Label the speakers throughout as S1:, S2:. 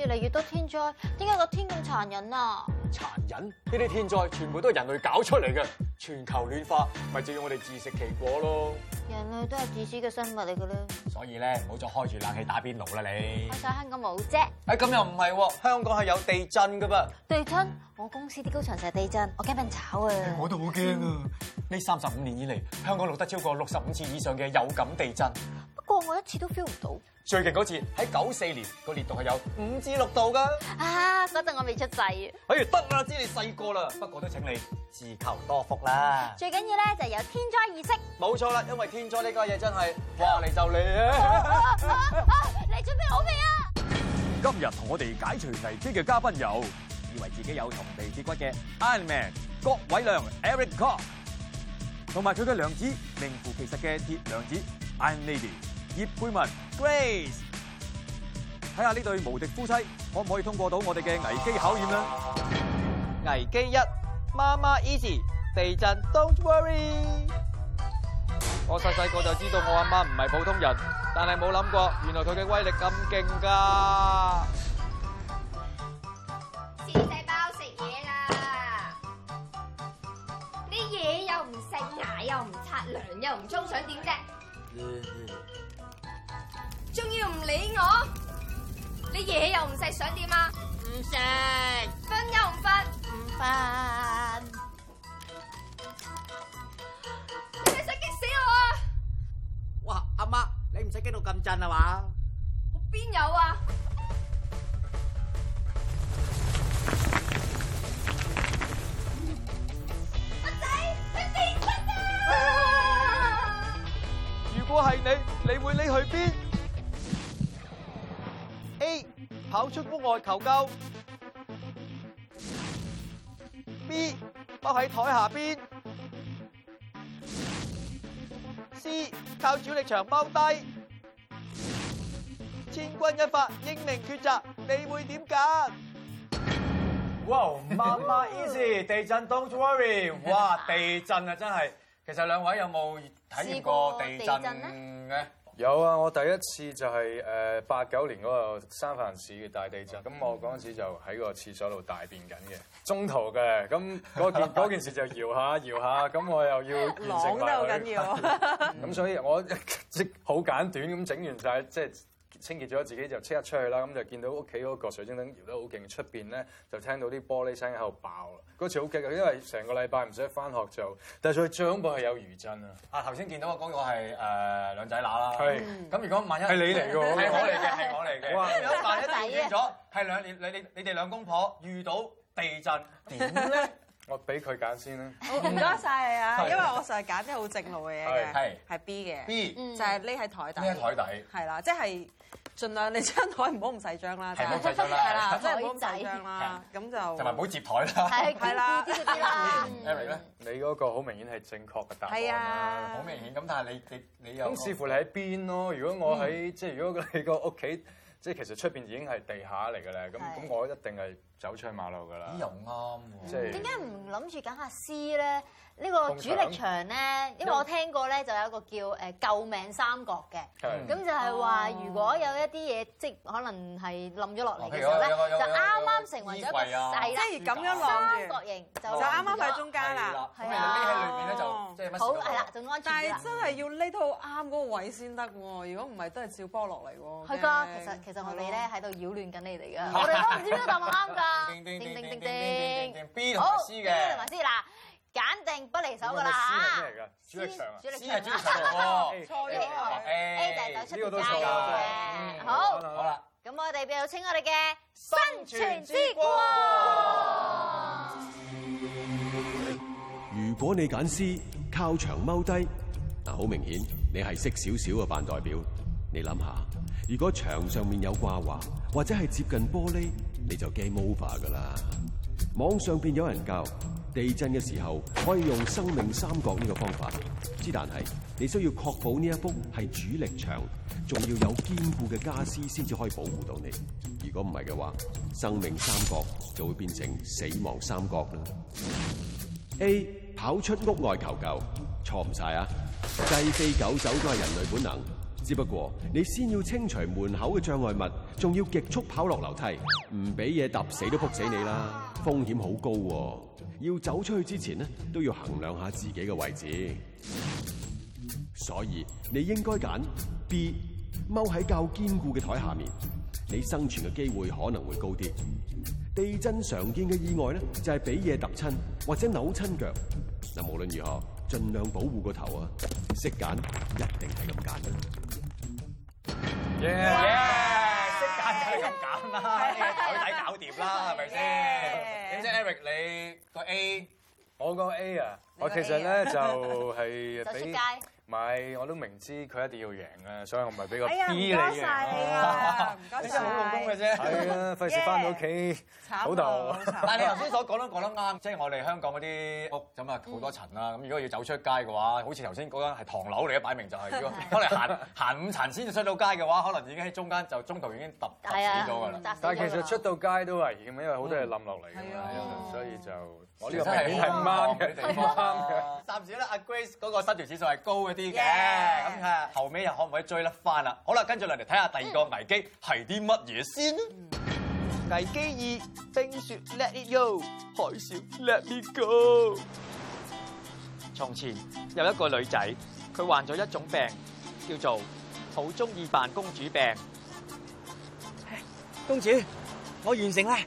S1: 天災，點解個天咁殘忍啊？
S2: 殘忍，呢啲天災全部都係人類搞出嚟嘅，全球暖化咪就要我哋自食其果咯。
S1: 人類都係自私嘅生物嚟噶啦，
S2: 所以咧，唔好再開住冷氣打邊爐啦你
S1: 我。想香港冇啫。
S2: 誒咁又唔係喎，香港係有地震噶噃。
S1: 地震，我公司啲高層成日地震，我驚俾人炒啊！
S2: 我都好驚啊！呢三十五年以嚟，香港錄得超過六十五次以上嘅有感地震，
S1: 不過我一次都 feel 唔到。
S2: 最勁嗰次喺九四年，個烈度係有五至六度噶。
S1: 啊！嗰陣我未出世啊，
S2: 哎，得啦，知你細個啦，不過都請你自求多福啦。
S1: 最緊要咧就係有天災意 識。
S2: 冇錯啦，因為天災呢家嘢真係話嚟就嚟啊！
S1: 啊啊你準備好未啊？
S3: 今日同我哋解除危機嘅嘉賓有，以為自己有同地鐵骨嘅 Iron Man 郭偉亮 Eric Kwok，同埋佢嘅娘子名副其實嘅鐵娘子 Iron Lady 葉佩文 Grace。睇下呢對無敵夫妻可唔可以通過到我哋嘅危機考驗呢？
S4: 危機一，媽媽 easy，地震 don't worry。我細細個就知道我阿媽唔係普通人，但係冇諗過原來佢嘅威力咁勁㗎。
S5: 師仔包食嘢啦！啲嘢又唔食，牙又唔刷，涼又唔沖，想點啫？仲要唔理我？你嘢又唔食，想點啊？
S1: 唔食，
S5: 瞓又唔瞓，
S1: 唔瞓。
S5: 你想激死我啊？
S6: 哇！阿媽，你唔使激到咁震啊嘛？
S5: 我邊有啊？阿仔，佢地震啊！
S4: 如果係你，你會匿去邊？A. 跑出屋外求救。B. 踎喺台下邊。C. 靠主力牆踎低。千鈞一髮，英明抉擇，你會點揀？
S2: 哇，媽媽 easy，地震 don't worry。哇，地震啊真係，其實兩位有冇體驗過地
S1: 試
S2: 震
S1: 過地
S2: 嘅？
S7: 有啊！我第一次就係誒八九年嗰個三藩市嘅大地
S2: 嗯
S7: 震，咁我嗰陣時就喺個廁所度大便緊嘅，中途嘅，咁嗰 件嗰件事就搖下搖下，咁我又要完成埋佢。
S8: 要，
S2: 嗯
S7: 咁所以我 即好簡短咁整完晒，即係清潔咗自己就即刻出去啦。咁就見到屋企嗰個水晶燈搖得好勁，出邊咧就聽到啲玻璃聲喺度爆啦。嗰次好激啊，因為成個禮拜唔使翻學就，但係最最恐怖係有餘震啊，
S2: 啊，頭先見到嗰個係誒兩仔乸啦。
S7: 係
S2: 咁如果萬一
S7: 係你嚟㗎喎
S2: 係我嚟嘅，係我嚟嘅。
S7: 哇
S2: 咁如果萬一調轉咗，係兩你你你你哋兩公婆遇到地震點咧？
S7: 我俾佢揀先啦。
S8: 唔該晒你 啊！
S2: 係
S8: 因為我成日揀啲好正路嘅嘢嘅，
S2: 係
S8: 係 B 嘅，
S2: B
S1: 嗯
S8: 就係匿喺台
S2: 呢喺
S8: 底，
S2: 台底，
S8: 係啦，即係盡量你張台唔好咁細張啦，
S2: 係唔好咁細張啦
S8: 係啦，即係
S1: 台
S8: 唔好咁細張啦，咁就
S2: 同埋唔好接台啦。
S1: 係
S8: 係啦
S1: 啲嗰啲啦。
S2: Eric 咧，
S7: 你嗰個好明顯係正確嘅答案
S8: 係
S7: 啦。
S2: 好
S8: 啊，
S2: 明顯咁，但係你你你又
S7: 咁視乎你喺邊咯。如果我
S8: 嗯
S7: 喺、即係如果你個屋企， 即係其實出邊已經係地下嚟嘅咧，咁
S1: 係
S7: 咁我一定係走出去馬路㗎啦
S2: 咦。又啱喎，
S7: 即係
S1: 點解唔諗住揀下 C 咧？呢個主力牆咧，因為我聽過咧就有一個叫誒救命三角嘅，
S7: 係
S2: 嗯
S1: 咁就係話
S8: 哦
S1: 如果有一啲嘢即係可能係冧咗落嚟嘅時候
S2: 哦譬
S1: 咧，
S2: 如有有有
S1: 就啱啱
S2: 有
S1: 成為咗一
S2: 衣櫃啊
S1: 個細
S8: 即
S1: 啦
S8: 係咁樣
S1: 三
S8: 晾
S1: 角
S8: 住，
S1: 形就
S8: 就啱啱喺中間
S2: 係
S8: 啦啊哦
S2: 啦。。咁你匿喺裏面咧就即係乜事
S1: 好
S2: 都
S1: 係啦
S2: 冇，。
S1: 仲安全
S8: 但
S1: 啲
S8: 係
S1: 啦。
S8: 真係要匿到啱嗰個位先得喎，如果唔係都係照波落嚟喎。
S1: 係㗎，
S8: 驚
S1: 其實其實我哋咧，喺度擾亂緊你哋
S2: 嗯
S1: 㗎，我哋都唔知邊個答案啱㗎。
S2: 叮叮
S1: 叮叮
S2: 叮叮
S1: 叮
S2: 叮叮
S1: 叮
S2: 叮
S1: 叮
S2: 叮。B 同埋
S1: 好
S2: C
S1: ，B 同埋
S2: 嘅
S1: C 嗱，揀定不離手㗎啦
S7: 係
S1: 嚇
S7: 咩嚟。㗎？主力場啊！
S1: 主力
S2: ，C 係主
S1: 場
S2: 要
S1: 啦。
S2: 錯喎。
S8: 錯
S1: A
S8: 咗啊
S1: A 就係走
S7: 呢個
S1: 出
S7: 都
S1: 街
S7: 錯啦
S1: 嘅。
S2: 嗯
S1: 好，
S2: 好啦。
S1: 咁我哋有請我哋嘅生存之光。
S9: 如果你揀 C，靠牆踎低，嗱，好明顯你係識少少嘅扮代表。你諗下，如果牆上面有掛畫，或者係接近玻璃，你就 game over 噶啦。網上邊有人教地震嘅時候可以用生命三角呢個方法，之但係你需要確保呢一幅係主力牆，仲要有堅固嘅家私先至可以保護到你。如果唔係嘅話，生命三角就會變成死亡三角啦。A 跑出屋外求救，錯唔晒啊！雞飛狗走都係人類本能，只不過你先要清除門口嘅障礙物，仲要極速跑落樓梯，唔俾嘢揼死都撲死你啦！風險好高喎、要走出去之前呢，都要衡量下自己嘅位置。所以你應該揀 B，踎喺較堅固嘅台下面，你生存嘅機會可能會高啲。地震常見嘅意外咧，就係俾嘢揼親或者扭親腳。嗱，無論如何，盡量保護個頭啊！識揀一定係咁揀啦。
S2: 識揀就係咁揀啦，呢個台底搞掂啦，係咪先？點知 Eric 你個 A
S7: 我個 A 啊，我其實咧就
S1: 就
S7: 係
S1: 出
S7: 俾
S1: 街，
S7: 唔係我都明知佢一定要贏啊，所以我咪俾個
S8: 哎呀，
S7: B
S8: 唔
S7: 你
S8: 該
S7: 嘅。
S8: 晒你啊，唔該
S2: 你
S8: 晒
S2: 真係好用功嘅 啫。
S7: 係啊，費事翻到屋企
S8: 慘
S7: 好
S8: 啊
S7: 頭。
S2: 但係你頭先所講都講得啱，即係我哋香港嗰啲屋咁啊好多層
S1: 嗯
S2: 啦，咁如果要走出街嘅話，好似頭先嗰間係唐樓嚟嘅，擺明就 係如果可能行行五層先至出到街嘅話，可能已經喺中間就中途已經揼揼
S1: 係啊
S2: 死咗㗎啦。
S1: 砸死
S7: 但係
S1: 咗
S7: 其實出
S1: 啦
S7: 到街都危險，因為好多嘢冧落嚟㗎
S8: 係啊
S7: 嘛，所以就我呢
S2: 哦呢個
S7: 個名係唔啱嘅，唔啱嘅。
S2: 暫時咧，阿 Grace 嗰個失調指數係高一啲嘅，
S8: Yeah
S2: 咁睇下後尾又可唔可以追得翻啦？好啦，跟住落嚟睇下第二個危機係啲乜嘢先。
S4: 危機二，冰雪 Let it go，海嘯 Let me go。從前有一個女仔，佢患咗一種病，叫做好中意扮公主病。
S6: 公主，我完成啦！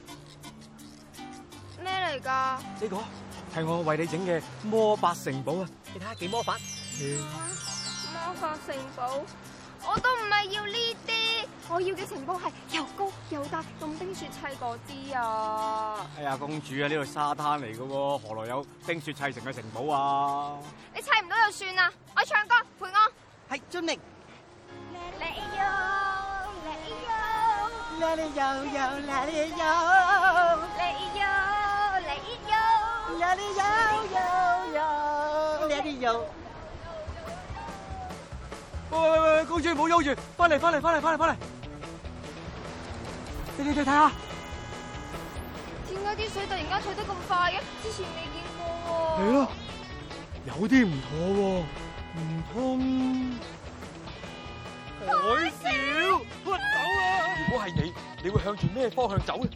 S5: 咩嚟㗎？
S6: 呢個係我為你整嘅魔法城堡啊！你睇下幾魔法？
S5: 魔法城堡，我都唔係要呢啲，我要嘅城堡係又高又大，用冰雪砌嗰啲啊！
S6: 哎呀，公主啊，呢度沙灘嚟嘅喎，何來有冰雪砌成嘅城堡啊？
S5: 你砌唔到就算啦，我唱歌陪我。
S6: 係遵命。
S5: Let it go, let it go,
S6: 啦哩又又啦哩又，
S5: let it go, let it go。
S6: 啦哩又又又，啦哩又。喂喂喂，公主唔好喐住，翻嚟翻嚟翻嚟翻嚟翻嚟！你你你睇下，
S5: 點解啲水突然間退得咁快嘅？之前未見過喎。
S6: 係咯，有啲唔妥喎，唔通海嘯潑走啊！
S4: 如果係你，你會向住咩方向走呢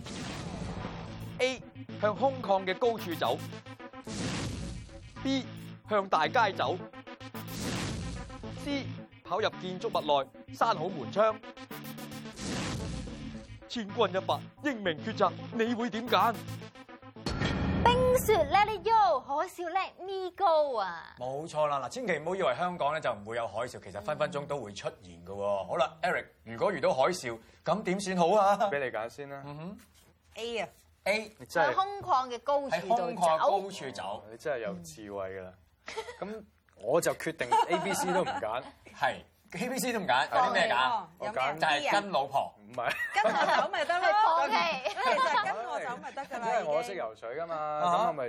S4: ？A 向空曠嘅高處走，B 向大街走，C 跑入建築物內，閂好門窗。千鈞一髮，英明抉擇，你會點揀？
S1: 冰雪 Let It Go，海嘯 Let Me Go 啊！
S2: 冇錯啦，嗱，千祈唔好以為香港咧就唔會有海嘯，其實分分鐘都會出現嘅
S8: 嗯
S2: 喎。好啦，Eric，如果遇到海嘯，咁點算好啊
S7: 俾你揀先啦，
S8: A 啊，
S2: ？A
S7: 你真
S1: 向
S7: 係
S1: 空曠嘅高
S2: 喺
S1: 處度
S2: 空曠高
S1: 走，
S2: 處走，
S7: 你真係有智慧㗎啦。咁我就決定 A、B、C 都唔揀，
S2: 係 A、B、C 都唔揀，有啲咩揀？
S8: 有
S7: 我揀
S8: 咩
S2: 就係
S8: B 啊？
S2: 跟老婆。
S7: 唔係，
S8: 跟我走咪得
S1: 係
S8: 咯
S1: 放，棄。
S8: 其實跟我走咪得㗎
S7: 因
S8: 啦。
S7: 為我
S8: 已
S7: 識
S8: 經
S7: 游水㗎嘛，
S4: 啊
S2: 哈
S7: 咁我咪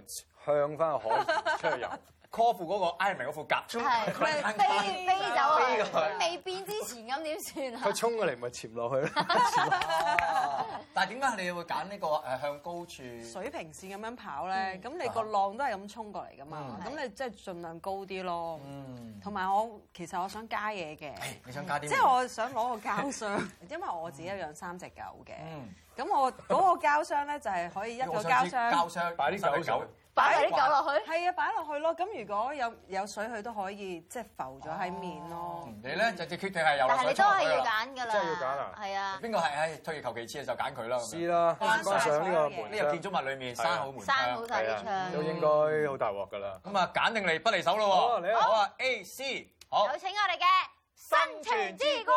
S7: 向翻個海出去游。
S2: call 副嗰個 Iron Man 嗰副甲，
S1: 係
S8: 佢
S1: 飛
S8: 係
S1: 飛走啊
S2: 飛過去！
S1: 未變之前咁點算啊
S7: 佢？衝過嚟咪潛落去咯。
S2: 但係點解你會揀呢個誒向高處？
S8: 哦水平線咁樣跑
S2: 嗯
S8: 咧，咁你個
S2: 啊
S8: 浪都係咁衝過嚟㗎嘛，
S1: 嗯
S8: 咁你即係盡量高啲咯。
S2: 嗯，
S8: 同埋我其實我想加嘢嘅，
S2: 你想加啲咩？
S8: 即係我想攞個 膠箱，因為我自己有養三隻狗嘅。
S2: 嗯
S8: 咁我嗰個膠箱咧就係可以一個
S2: 我想
S8: 膠
S2: 知
S8: 箱
S2: 膠，箱
S7: 擺啲狗
S2: 手
S7: 上
S1: 擺埋啲狗落去。
S8: 係啊擺落去咯。咁如果有有水佢都可以即係浮咗喺面咯。
S2: 你咧就直決定係有
S1: 但係
S2: 落水
S1: 你都
S2: 衝落
S1: 係
S2: 去
S1: 要
S2: 啦。
S1: 揀㗎啦，
S7: 真係要揀啊
S1: 係啊，
S2: 邊個係唉退而求其次就揀佢啦？咁樣
S7: C 啦，
S8: 關
S7: 關上呢個
S8: 晒所有嘢
S7: 門
S2: 呢個
S7: 窗，
S2: 建築物裏面
S7: 係啊
S2: 閂好門
S1: 閂好
S2: 窗，
S1: 晒
S7: 係
S1: 啲
S7: 啊，
S1: 窗。
S7: 都應該好大鑊㗎啦。
S2: 咁啊揀定嚟不離手咯
S7: 好啊
S2: 喎！
S7: 嚟啊
S2: 好啊，A、C，好
S1: 有請我哋嘅生存之光。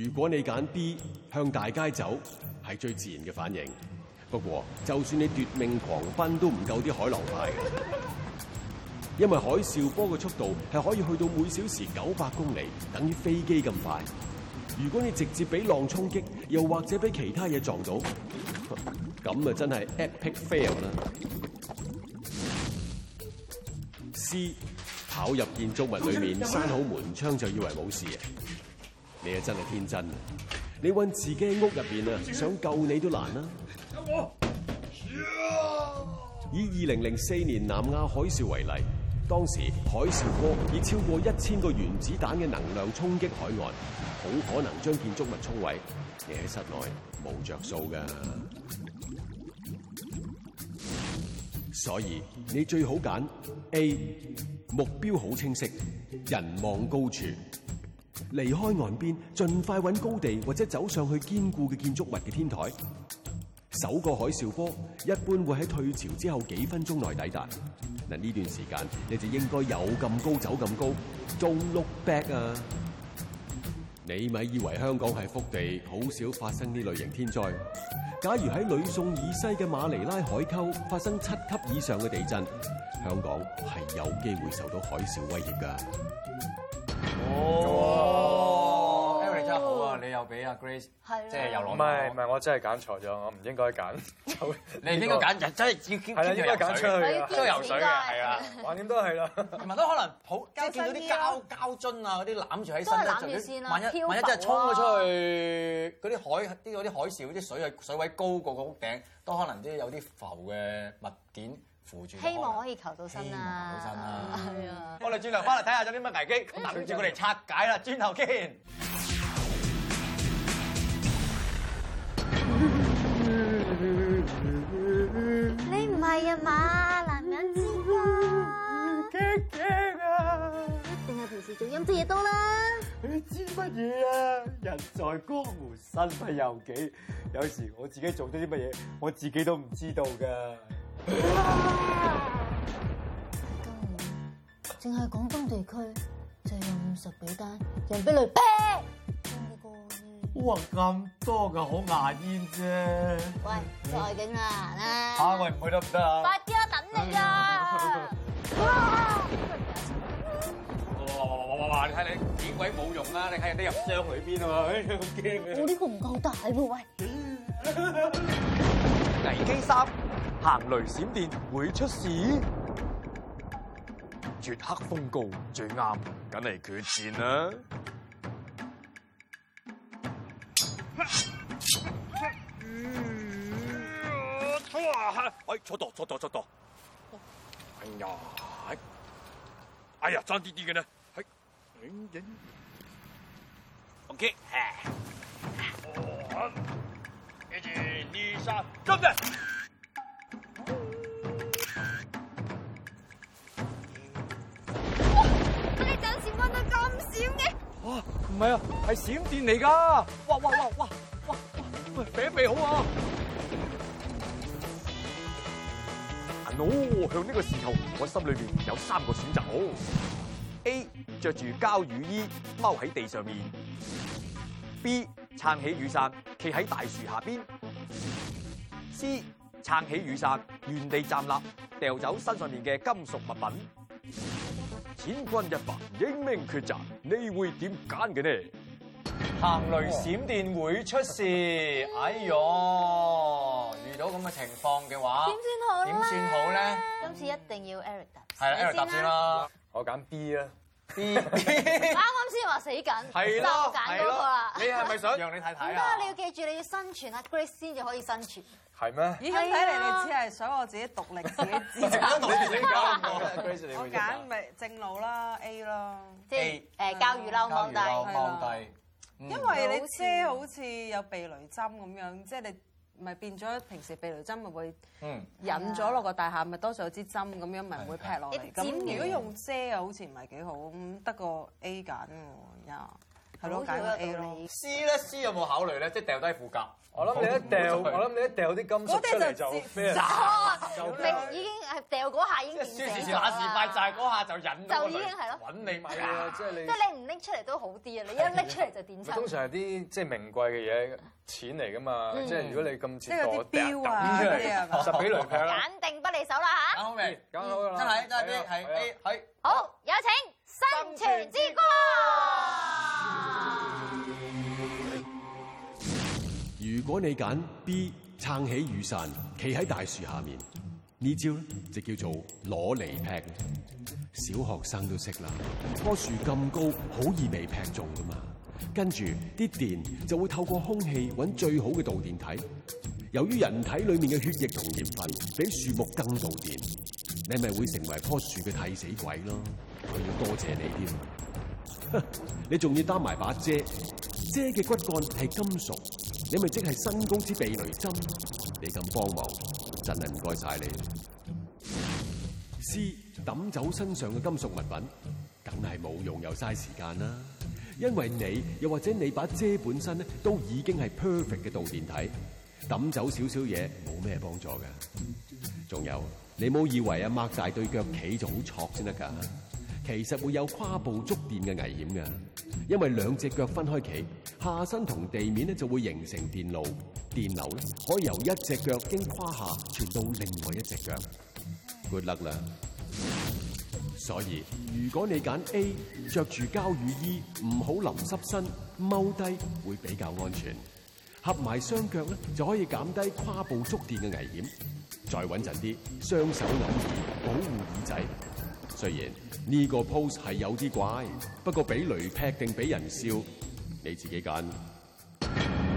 S9: 如果你揀 B 向大街走，係最自然嘅反應。不過，就算你奪命狂奔都唔夠啲海浪快嘅，因為海嘯波嘅速度係可以去到每小時九百公里，等於飛機咁快。如果你直接俾浪衝擊，又或者俾其他嘢撞到，咁啊真係 epic fail 啦。C 跑入建築物裏面，閂好門窗就以為冇事啊！你啊真係天真啊！你揾自己喺屋入邊啊，想救你都難啊啦、以二零零四年南亞海嘯為例，當時海嘯波以超過一千個原子彈嘅能量衝擊海岸，好可能將建築物沖毀。你喺室內冇着數㗎，所以你最好揀 A，目標好清晰，人望高處。離開岸邊，盡快揾高地或者走上去堅固嘅建築物嘅天台。首個海嘯波一般會喺退潮之後幾分鐘內抵達。嗱呢段時間你就應該有咁高走咁高，仲 look back 啊！你咪以為香港係福地，好少發生呢類型天災。假如喺呂宋以西嘅馬尼拉海溝發生七級以上嘅地震，香港係有機會受到海嘯威脅㗎。
S2: 哦 e r i 真係好啊！你又俾阿 Grace，
S1: 係咯
S2: 即係又
S7: 唔
S2: 攞
S7: 係
S2: 埋
S7: 唔，係，我真係揀錯咗，我唔應該揀。
S2: 你應該揀人，真係要
S7: 係啦，應該揀出去
S1: 我要堅
S7: 嘅
S1: 持
S2: 都游水嘅，
S1: 㗎
S2: 係啊，
S7: 橫掂都係啦。
S2: 同埋都可能好，即係
S8: 救
S2: 見到
S8: 生
S2: 啲
S8: 衣啊
S2: 膠膠樽啊嗰啲攬住喺
S1: 都係
S2: 身
S1: 攬住先啦
S2: 萬一
S1: 漂浮啊
S2: 萬一真係衝咗出去，嗰啲海啲嗰啲海嘯啲水啊水位高過個屋頂，都可能即係有啲浮嘅物件扶住。
S1: 希望可以求到身啦，
S2: 希望求到身
S1: 係
S2: 啦
S1: 啊。
S2: 我哋 轉頭翻嚟睇下有啲乜危機，等住佢哋拆解啦，轉頭見。
S1: 你唔係啊嘛，男人之家，驚驚啊！一定係平時做陰啲嘢多啦。
S6: 你知乜嘢啊？人在江湖，身不由己。有時我自己做咗啲乜嘢，我自己都唔知道㗎。
S1: 今年淨係廣東地區就有五十幾單人俾雷劈，邊個呢
S6: 哇，咁多㗎，好牙煙啫。
S1: 喂，再境啦，嗱，
S2: 嚇喂，唔去得唔得啊？
S1: 快啲啦，等你 啊！
S2: 哇哇哇哇哇！你睇你幾鬼冇用啦！你睇人哋入箱裏邊啊嘛，唉好驚啊！
S1: 我呢個唔夠大喎，喂，
S3: 危機三，行雷閃電會出事。月黑風高最啱，梗係決戰啦！哇！哎，錯到錯到錯到！哎呀，哎哎呀，爭啲啲嘅呢。哎嗯嗯 OK，哦一、二、三，準備。
S5: 你陣時瞓到咁少嘅，
S3: 哇，唔係啊，係閃電嚟㗎！哇哇哇哇哇哇！喂，避一避好啊！啊 no！向呢個時候，我心裏面有三個選擇好。A 着住膠雨衣踎喺地上面；B 撐起雨傘，企喺大樹下邊；C 撐起雨傘，原地站立，掉走身上面嘅金屬物品。千鈞一髮，英明抉擇，你會點揀嘅呢？
S2: 行雷閃電會出事，哎呦！哦遇到咁嘅情況嘅話，
S1: 點
S2: 點算
S1: 算好
S2: 好
S1: 咧？
S2: 咧？
S1: 今次一定要 Eric 答，
S2: 係啦，Eric 答先。啦。
S7: 我揀 B
S6: 啊
S7: 啦。
S1: 啱啱先話死緊，
S2: 係
S1: 就
S2: 咯，
S1: 揀
S2: 係
S1: 嗰個啦
S2: 咯。。你係咪想讓你睇
S1: 唔
S2: 睇
S1: 得啊！
S2: 啊？
S1: 你要記住，你要生存啊，Grace 先至可以生存。
S7: 係咩？
S8: 咦，咁睇
S2: 啊
S8: 嚟你只係想我自己獨立，自己自 產。
S2: 你自己搞 Grace，你
S8: 我
S2: 會啊
S8: 揀咪正路啦，A 啦，
S1: 即
S2: A
S1: 係誒交魚撈網
S2: 交魚哦
S1: 底
S2: 撈，放低。
S8: 因為你遮好似有避雷針咁樣，即係你咪變咗平時避雷針咪會
S2: 嗯，
S8: 引咗落個大廈，咪多數有支針咁樣，咪唔會劈落嚟。
S1: 係係
S8: 咁如
S1: 一
S8: 果
S1: 支
S8: 用遮啊，好似唔係幾好，咁得個 A 揀喎，呀，係
S1: 好
S8: 咯，揀
S1: 有
S8: 個 A
S1: 道
S8: 咯
S1: 理。。
S2: C 咧，C 有冇考慮咧？即係掉低褲夾。
S7: 我諗你一掉，
S2: 唔好再
S7: 我諗你一掉啲金屬出嚟就飛
S3: 啊
S7: 人。
S1: 哦明已經係掉嗰下已
S2: 即係
S1: 經
S2: 輸時
S1: 變
S2: 是
S1: 死
S2: 那
S1: 咗
S2: 時快，就
S1: 啦
S2: 係嗰下就引到個
S1: 就已經
S2: 雷
S1: 係咯
S2: 揾你買
S7: 係啊，即係你
S1: 即。係你唔拎出嚟都好啲啊！你一拎出嚟就電
S7: 通
S1: 親。
S7: 常係啲即係名貴嘅嘢，錢嚟噶嘛。即係如果你咁
S8: 即
S7: 折
S8: 係
S7: 墮
S8: 有啲標啊
S7: 掟出
S8: 嗰啲係
S7: 嚟
S8: 嘛
S7: 十幾雷劈啦。
S1: 揀定不離手啦
S2: 揀好未？
S7: 搞好㗎啦
S2: 真嗯係哎真係係
S7: 啊係啊
S2: A 係。
S1: 吓！好，有請生存之光。
S9: 如果你揀 B 撐起雨傘，企喺大樹下面，呢招咧就叫做攞嚟劈。小學生都識啦，棵樹咁高，好易被劈中噶嘛。跟住啲電就會透過空氣揾最好嘅導電體。由於人體裡面嘅血液同鹽分比樹木更導電，你咪會成為棵樹嘅替死鬼咯。佢要多謝你添，你仲要擔埋把遮，遮嘅骨幹係金屬，你咪即係身高之避雷針。你咁幫忙，真係唔該晒你。C 抌走身上嘅金屬物品，梗係冇用又嘥時間啦。因為你又或者你把遮本身咧，都已經係 perfect 嘅導電體，抌走少少嘢冇咩幫助㗎。仲有，你冇以為啊擘大對腳企就好挫先得㗎，其實會有跨步觸電嘅危險㗎，因為兩隻腳分開企，下身同地面咧就會形成電路，電流咧可以由一隻腳經胯下傳到另外一隻腳。Good luck 啦！所以如果你揀 A，着住膠雨衣，唔好淋濕身，踎低會比較安全。合埋雙腳咧就可以減低跨步觸電嘅危險。再穩陣啲，雙手攬耳，保護耳仔。雖然呢個 pose 係有啲怪，不過俾雷劈定俾人笑，你自己揀。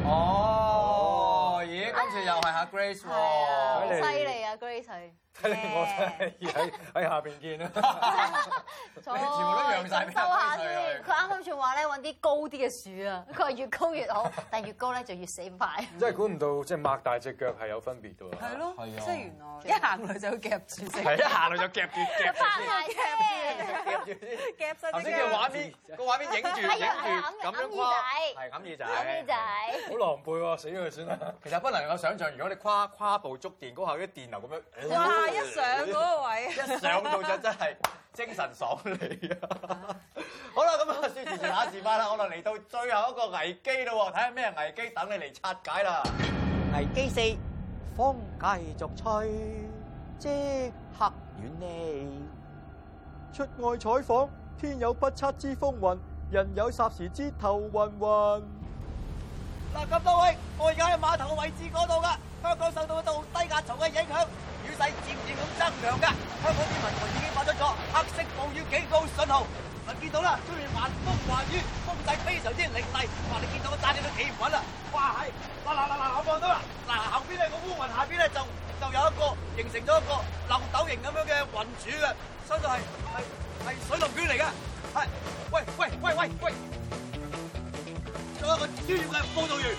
S2: 哦，咦，今次又係下 Grace
S1: 係啊，好
S2: 喎，
S1: 犀利啊，Grace 佢。
S7: 睇嚟我真係要喺喺哎下邊見啦。
S1: 坐
S2: 全部都讓晒俾啊
S1: 收下
S2: 人哋
S1: 先。佢啱啱仲話咧揾啲高啲嘅樹啊，佢話越高越好，但係越高咧就越死快。
S7: 真係估唔到，即係擘大隻腳係有分別㗎喎。
S8: 係咯，
S2: 係啊
S8: 即係原來一行嚟就要夾住 隻
S2: 係一下嚟就夾住夾住
S1: 拍埋先，
S8: 夾晒
S2: 頭
S8: 隻
S2: 先嘅
S8: 腳。
S2: 畫面個畫面影住影
S1: 係啊係啊
S2: 住
S1: 揞
S2: 咁樣
S1: 揞
S2: 跨，
S1: 耳仔
S2: 係揞耳仔，
S1: 咁仔。
S7: 好狼狽喎，死咗佢算啦。
S2: 其實不能夠想象，如果你跨跨步觸電嗰下啲電流咁樣，
S8: 哇！一上嗰個位，
S2: 一上到就真係精神爽利啊！好啦，咁啊，説時遲那時快啦，我哋嚟到最後一個危機啦喎，睇下咩危機等你嚟拆解啦。
S4: 危機四，風繼續吹，即刻遠離。
S6: 出外採訪，天有不測之風雲，人有霎時之頭暈暈。
S4: 嗱，咁多位，我而家喺碼頭位置嗰度噶，香港受到度低壓槽嘅影響，雨勢漸漸咁增強噶。香港天文台已經發出咗黑色暴雨警告信號。嗱，見到啦，出面橫風橫雨，風勢非常之凌厲。哇，你見到我揸你都企唔穩啦。哇，係，嗱嗱嗱嗱，我望到啦，嗱後邊呢個烏雲下邊咧就就有一個形成咗一個漏斗形咁樣嘅雲柱嘅，相信係係係水龍捲嚟嘅。係，喂喂喂喂喂！做一個專業嘅報道員，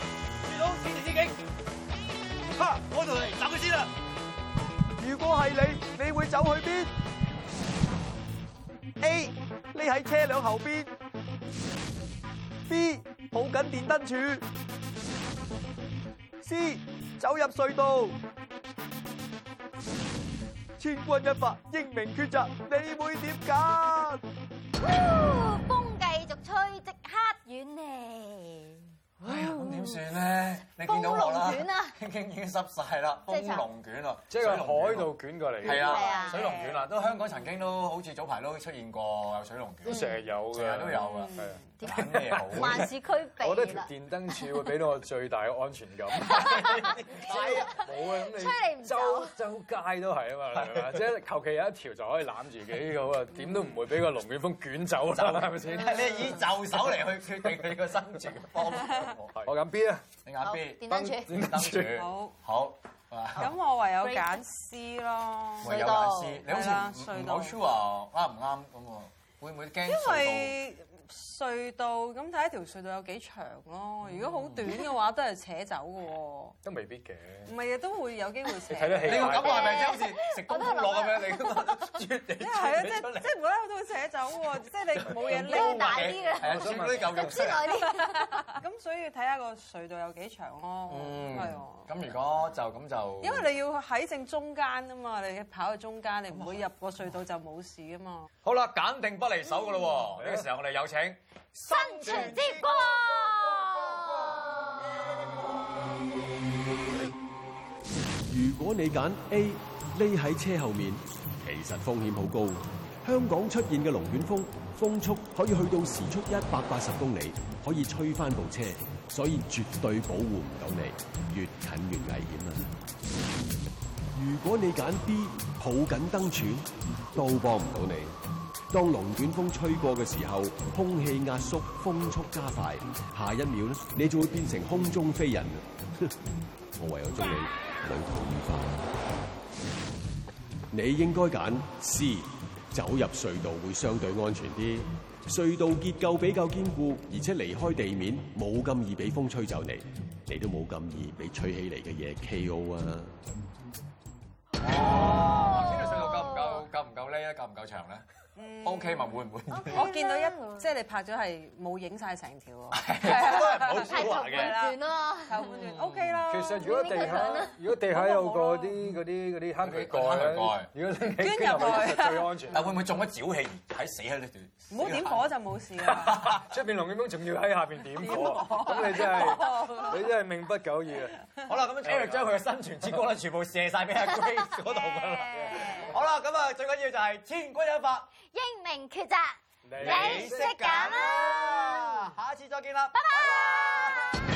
S4: 遇到天地之境，哈！我同你走佢先啦。
S6: 如果係你，你會走去邊？A，匿喺車輛後邊；B，抱緊電燈柱；C，走入隧道。千鈞一髮，英明抉擇，你會點揀？
S1: 風繼續吹，即刻遠離。
S2: 哎呀，咁點算咧？你見
S1: 風
S2: 到我啦
S1: 龍，捲啊！
S2: 已經已經濕晒啦，風
S1: 真係慘
S2: 龍捲啊，
S7: 即係
S2: 水
S7: 個
S2: 龍捲
S7: 海
S2: 喎
S7: 度捲過嚟嘅，
S2: 係
S1: 係
S2: 啊，
S1: 啊
S2: 水龍捲啊，都香港曾經都好似早排都出現過有水龍捲，
S7: 都成日有嘅，
S2: 成日都有㗎
S7: 係啊
S1: 點
S2: 揀咩好
S1: 萬
S2: 咧？
S1: 事俱備
S7: 我覺得條
S1: 啦，
S7: 電燈柱會俾到我最大嘅安全感。係啊，冇啊，咁
S1: 吹你唔
S7: 周
S1: 走
S7: 周街都係啊嘛，你明 唔明啊即係求其有一條就可以攬住幾好啊，點都唔會俾個龍捲風捲走啦，係 咪先？
S2: 你以就手嚟去決定你個生存方向 喎。
S7: 我咁 B 啊，
S2: 你眼
S1: 好
S2: B，
S1: 電燈柱
S2: 電燈柱，
S8: 好，
S2: 好。
S8: 咁我唯有揀 C 咯。
S2: 唯有眼 C，你
S8: 隧道
S2: 好似唔
S8: 係啦
S2: 唔
S8: 隧
S2: 好
S8: 道
S2: sure 啊啱唔啱咁喎？會唔會驚
S8: 因
S2: 隧道？
S8: 為隧道咁睇一條隧道有幾長咯，如果好短嘅話都係扯走嘅喎，
S7: 都未必嘅。
S8: 唔係啊都會有機會 扯。
S7: 你睇得起
S2: 你個感覺係咪即係好似
S1: 我
S2: 食功
S1: 都
S2: 夫
S1: 係諗
S2: 落咁樣？你咁啊，啜你
S8: 即
S2: 啜
S8: 係啊，即
S2: 你出
S8: 係
S2: 嚟
S8: 即。係無啦啦都會扯走喎， 即係你冇嘢
S1: 你
S8: 拎
S1: 大啲嘅，
S2: 係啊，啜嗰啲嚿肉出
S1: 出
S2: 嚟。
S1: 來啲。
S8: 咁，所以睇下個隧道有幾長咯，
S2: 嗯
S8: 係啊。
S2: 咁如果就咁就，
S8: 因為你要喺正中間啊嘛，你跑去中間，你唔會入個隧道就冇事啊嘛。
S2: 好啦，揀定不離手噶咯喎。呢個時候我哋有請。
S1: 生存之光。
S9: 如果你揀 A，匿喺車後面，其實風險好高。香港出現嘅龍捲風，風速可以去到時速一百八十公里，可以吹翻部車，所以絕對保護唔到你，越近越危險啊！如果你揀 B，抱緊燈柱，都幫唔到你。當龍捲風吹過嘅時候，空氣壓縮，風速加快，下一秒咧，你就會變成空中飛人。我唯有祝你旅途愉快。你應該揀 C，走入隧道會相對安全啲。隧道結構比較堅固，而且離開地面冇咁易俾風吹走你，你都冇咁易俾吹起嚟嘅嘢 K.O. 啊！
S2: 呢
S8: 哦
S2: 個隧道夠唔夠夠唔夠呢？夠唔夠長咧？OK
S8: 嗯
S2: 嘛，會唔會？
S8: 我見到一即係你拍咗係冇影晒成條 喎，
S2: 都係
S1: 係
S2: 唔好
S1: 頭
S2: 話嘅。
S1: 半段咯，
S8: 後半段 OK 啦。
S4: 其實如果地下如果地下有個啲嗰啲嗰啲坑渠蓋
S2: 坑渠蓋
S4: 咧，如果你
S8: 捐入去
S4: 最安 全。
S2: 但會唔會中咗沼氣而喺死喺呢段？
S8: 唔好點火就冇事啦。
S4: 出邊龍捲風仲要喺下邊點
S7: 啊 哦
S4: 火，咁你真係你真係命不久矣啊！
S2: 好啦，咁 Eric 將佢嘅生存之光咧，全部射晒俾阿 Grace 嗰度㗎啦。好啦，咁啊，最緊要就係千鈞一髮，
S1: 英明抉擇，你
S4: 你
S1: 識揀啦，
S2: 下次再見啦，拜
S1: 拜拜。